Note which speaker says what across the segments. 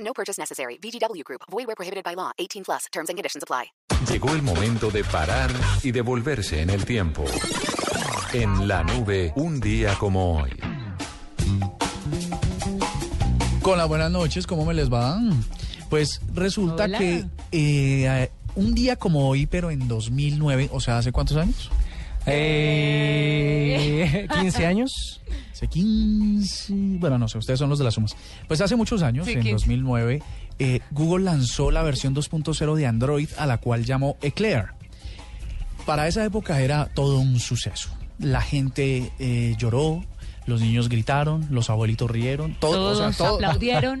Speaker 1: No purchase necessary. VGW Group. Void where prohibited by law. 18 plus. Terms and conditions apply.
Speaker 2: Llegó el momento de parar y devolverse en el tiempo. En la nube, un día como hoy.
Speaker 3: Con las buenas noches, ¿cómo me les va? Pues resulta
Speaker 4: Hola.
Speaker 3: que eh, un día como hoy, pero en 2009, o sea, ¿hace cuántos años?
Speaker 4: Eh, 15 años.
Speaker 3: Hace 15, bueno, no sé, ustedes son los de las sumas. Pues hace muchos años,
Speaker 4: Sí,
Speaker 3: en
Speaker 4: 15.
Speaker 3: 2009, eh, Google lanzó la versión 2.0 de Android a la cual llamó Eclair. Para esa época era todo un suceso. La gente eh, lloró, los niños gritaron, los abuelitos rieron, todo- o sea,
Speaker 4: Todos
Speaker 3: todo-
Speaker 4: aplaudieron.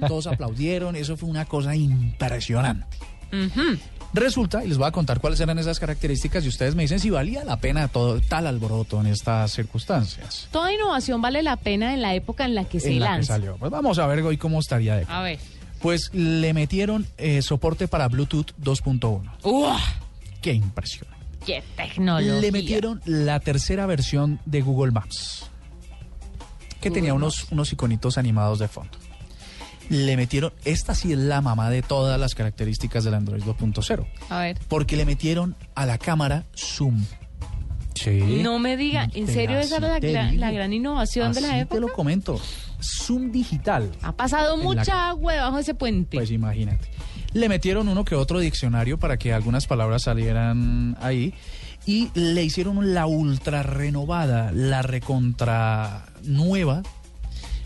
Speaker 3: todos aplaudieron, eso fue una cosa impresionante. Resulta, y les voy a contar cuáles eran esas características y ustedes me dicen si valía la pena todo tal alboroto en estas circunstancias.
Speaker 4: Toda innovación vale la pena en la época en la que se
Speaker 3: en la que
Speaker 4: lanza.
Speaker 3: salió. Pues vamos a ver hoy cómo estaría de.
Speaker 4: A ver.
Speaker 3: Pues le metieron eh, soporte para Bluetooth 2.1.
Speaker 4: ¡Uah!
Speaker 3: Qué impresión.
Speaker 4: ¡Qué tecnología!
Speaker 3: Le metieron la tercera versión de Google Maps, que tenía unos, unos iconitos animados de fondo. Le metieron, esta sí es la mamá de todas las características del Android 2.0,
Speaker 4: A ver.
Speaker 3: porque le metieron a la cámara zoom. Sí.
Speaker 4: No me diga, ¿en
Speaker 3: Te-
Speaker 4: serio
Speaker 3: así
Speaker 4: esa era la,
Speaker 3: te
Speaker 4: gra-
Speaker 3: digo.
Speaker 4: la gran innovación de la
Speaker 3: Así
Speaker 4: época?
Speaker 3: Te lo comento. Zoom digital.
Speaker 4: Ha pasado
Speaker 3: En la
Speaker 4: mucha
Speaker 3: ca-
Speaker 4: agua debajo de ese puente.
Speaker 3: Pues imagínate. Le metieron uno que otro diccionario para que algunas palabras salieran ahí y le hicieron la ultra renovada, la recontra nueva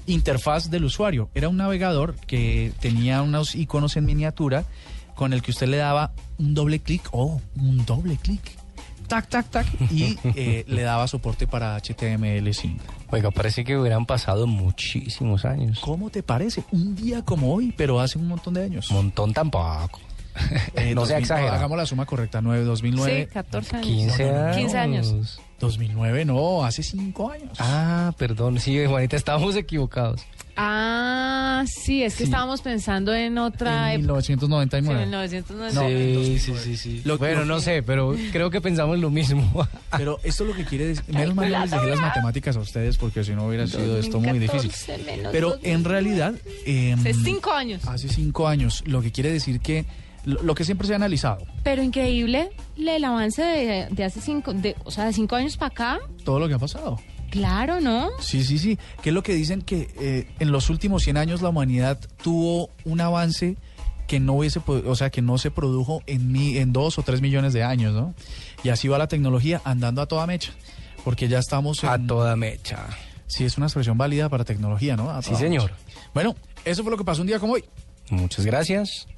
Speaker 3: interfaz del usuario. Era un navegador que tenía unos iconos en miniatura con el que usted le daba un doble clic, oh, un doble clic. Tac, tac, tac, y eh, le daba soporte para HTML5.
Speaker 5: Oiga, parece que hubieran pasado muchísimos años.
Speaker 3: ¿Cómo te parece? Un día como hoy, pero hace un montón de años.
Speaker 5: Montón tampoco.
Speaker 3: Eh,
Speaker 5: no
Speaker 3: 2000,
Speaker 5: sea exagerado.
Speaker 3: Hagamos la suma correcta, 9,
Speaker 4: sí,
Speaker 3: 2009.
Speaker 4: 14 años.
Speaker 5: 15 años.
Speaker 4: 15 años.
Speaker 3: 2009, no, hace 5 años.
Speaker 5: Ah, perdón. Sí, Juanita, estábamos equivocados.
Speaker 4: Ah, sí, es que estábamos pensando en otra
Speaker 3: en
Speaker 4: época. Sí, en
Speaker 3: 1999.
Speaker 4: 1990.
Speaker 5: sí, sí, sí, sí.
Speaker 3: Lo-
Speaker 5: bueno,
Speaker 3: lo-
Speaker 5: no sé, pero creo que pensamos lo mismo.
Speaker 3: Pero esto lo que quiere decir, menos mal no les dejé las matemáticas a ustedes porque si no hubiera sido esto muy difícil.
Speaker 4: 14 menos
Speaker 3: Pero
Speaker 4: 2009.
Speaker 3: en realidad... em,
Speaker 4: Hace 5 años.
Speaker 3: hace 5 años, lo que quiere decir que lo, lo que siempre se ha analizado,
Speaker 4: Pero increíble el avance de, de hace 5, o sea, de 5 años para acá.
Speaker 3: todo lo que ha pasado.
Speaker 4: Claro, ¿no?
Speaker 3: Sí, sí, sí. Que es lo que dicen que eh, en los últimos 100 años la humanidad tuvo un avance que no hubiese, pod- o sea, que no se produjo en mi- en dos o tres millones de años, ¿no? Y así va la tecnología andando a toda mecha, porque ya estamos en,
Speaker 5: A toda mecha.
Speaker 3: sí es una expresión válida para tecnología, ¿no? A
Speaker 5: Sí,
Speaker 3: toda
Speaker 5: señor.
Speaker 3: mecha. Bueno, eso fue lo que pasó un día como hoy.
Speaker 5: Muchas gracias.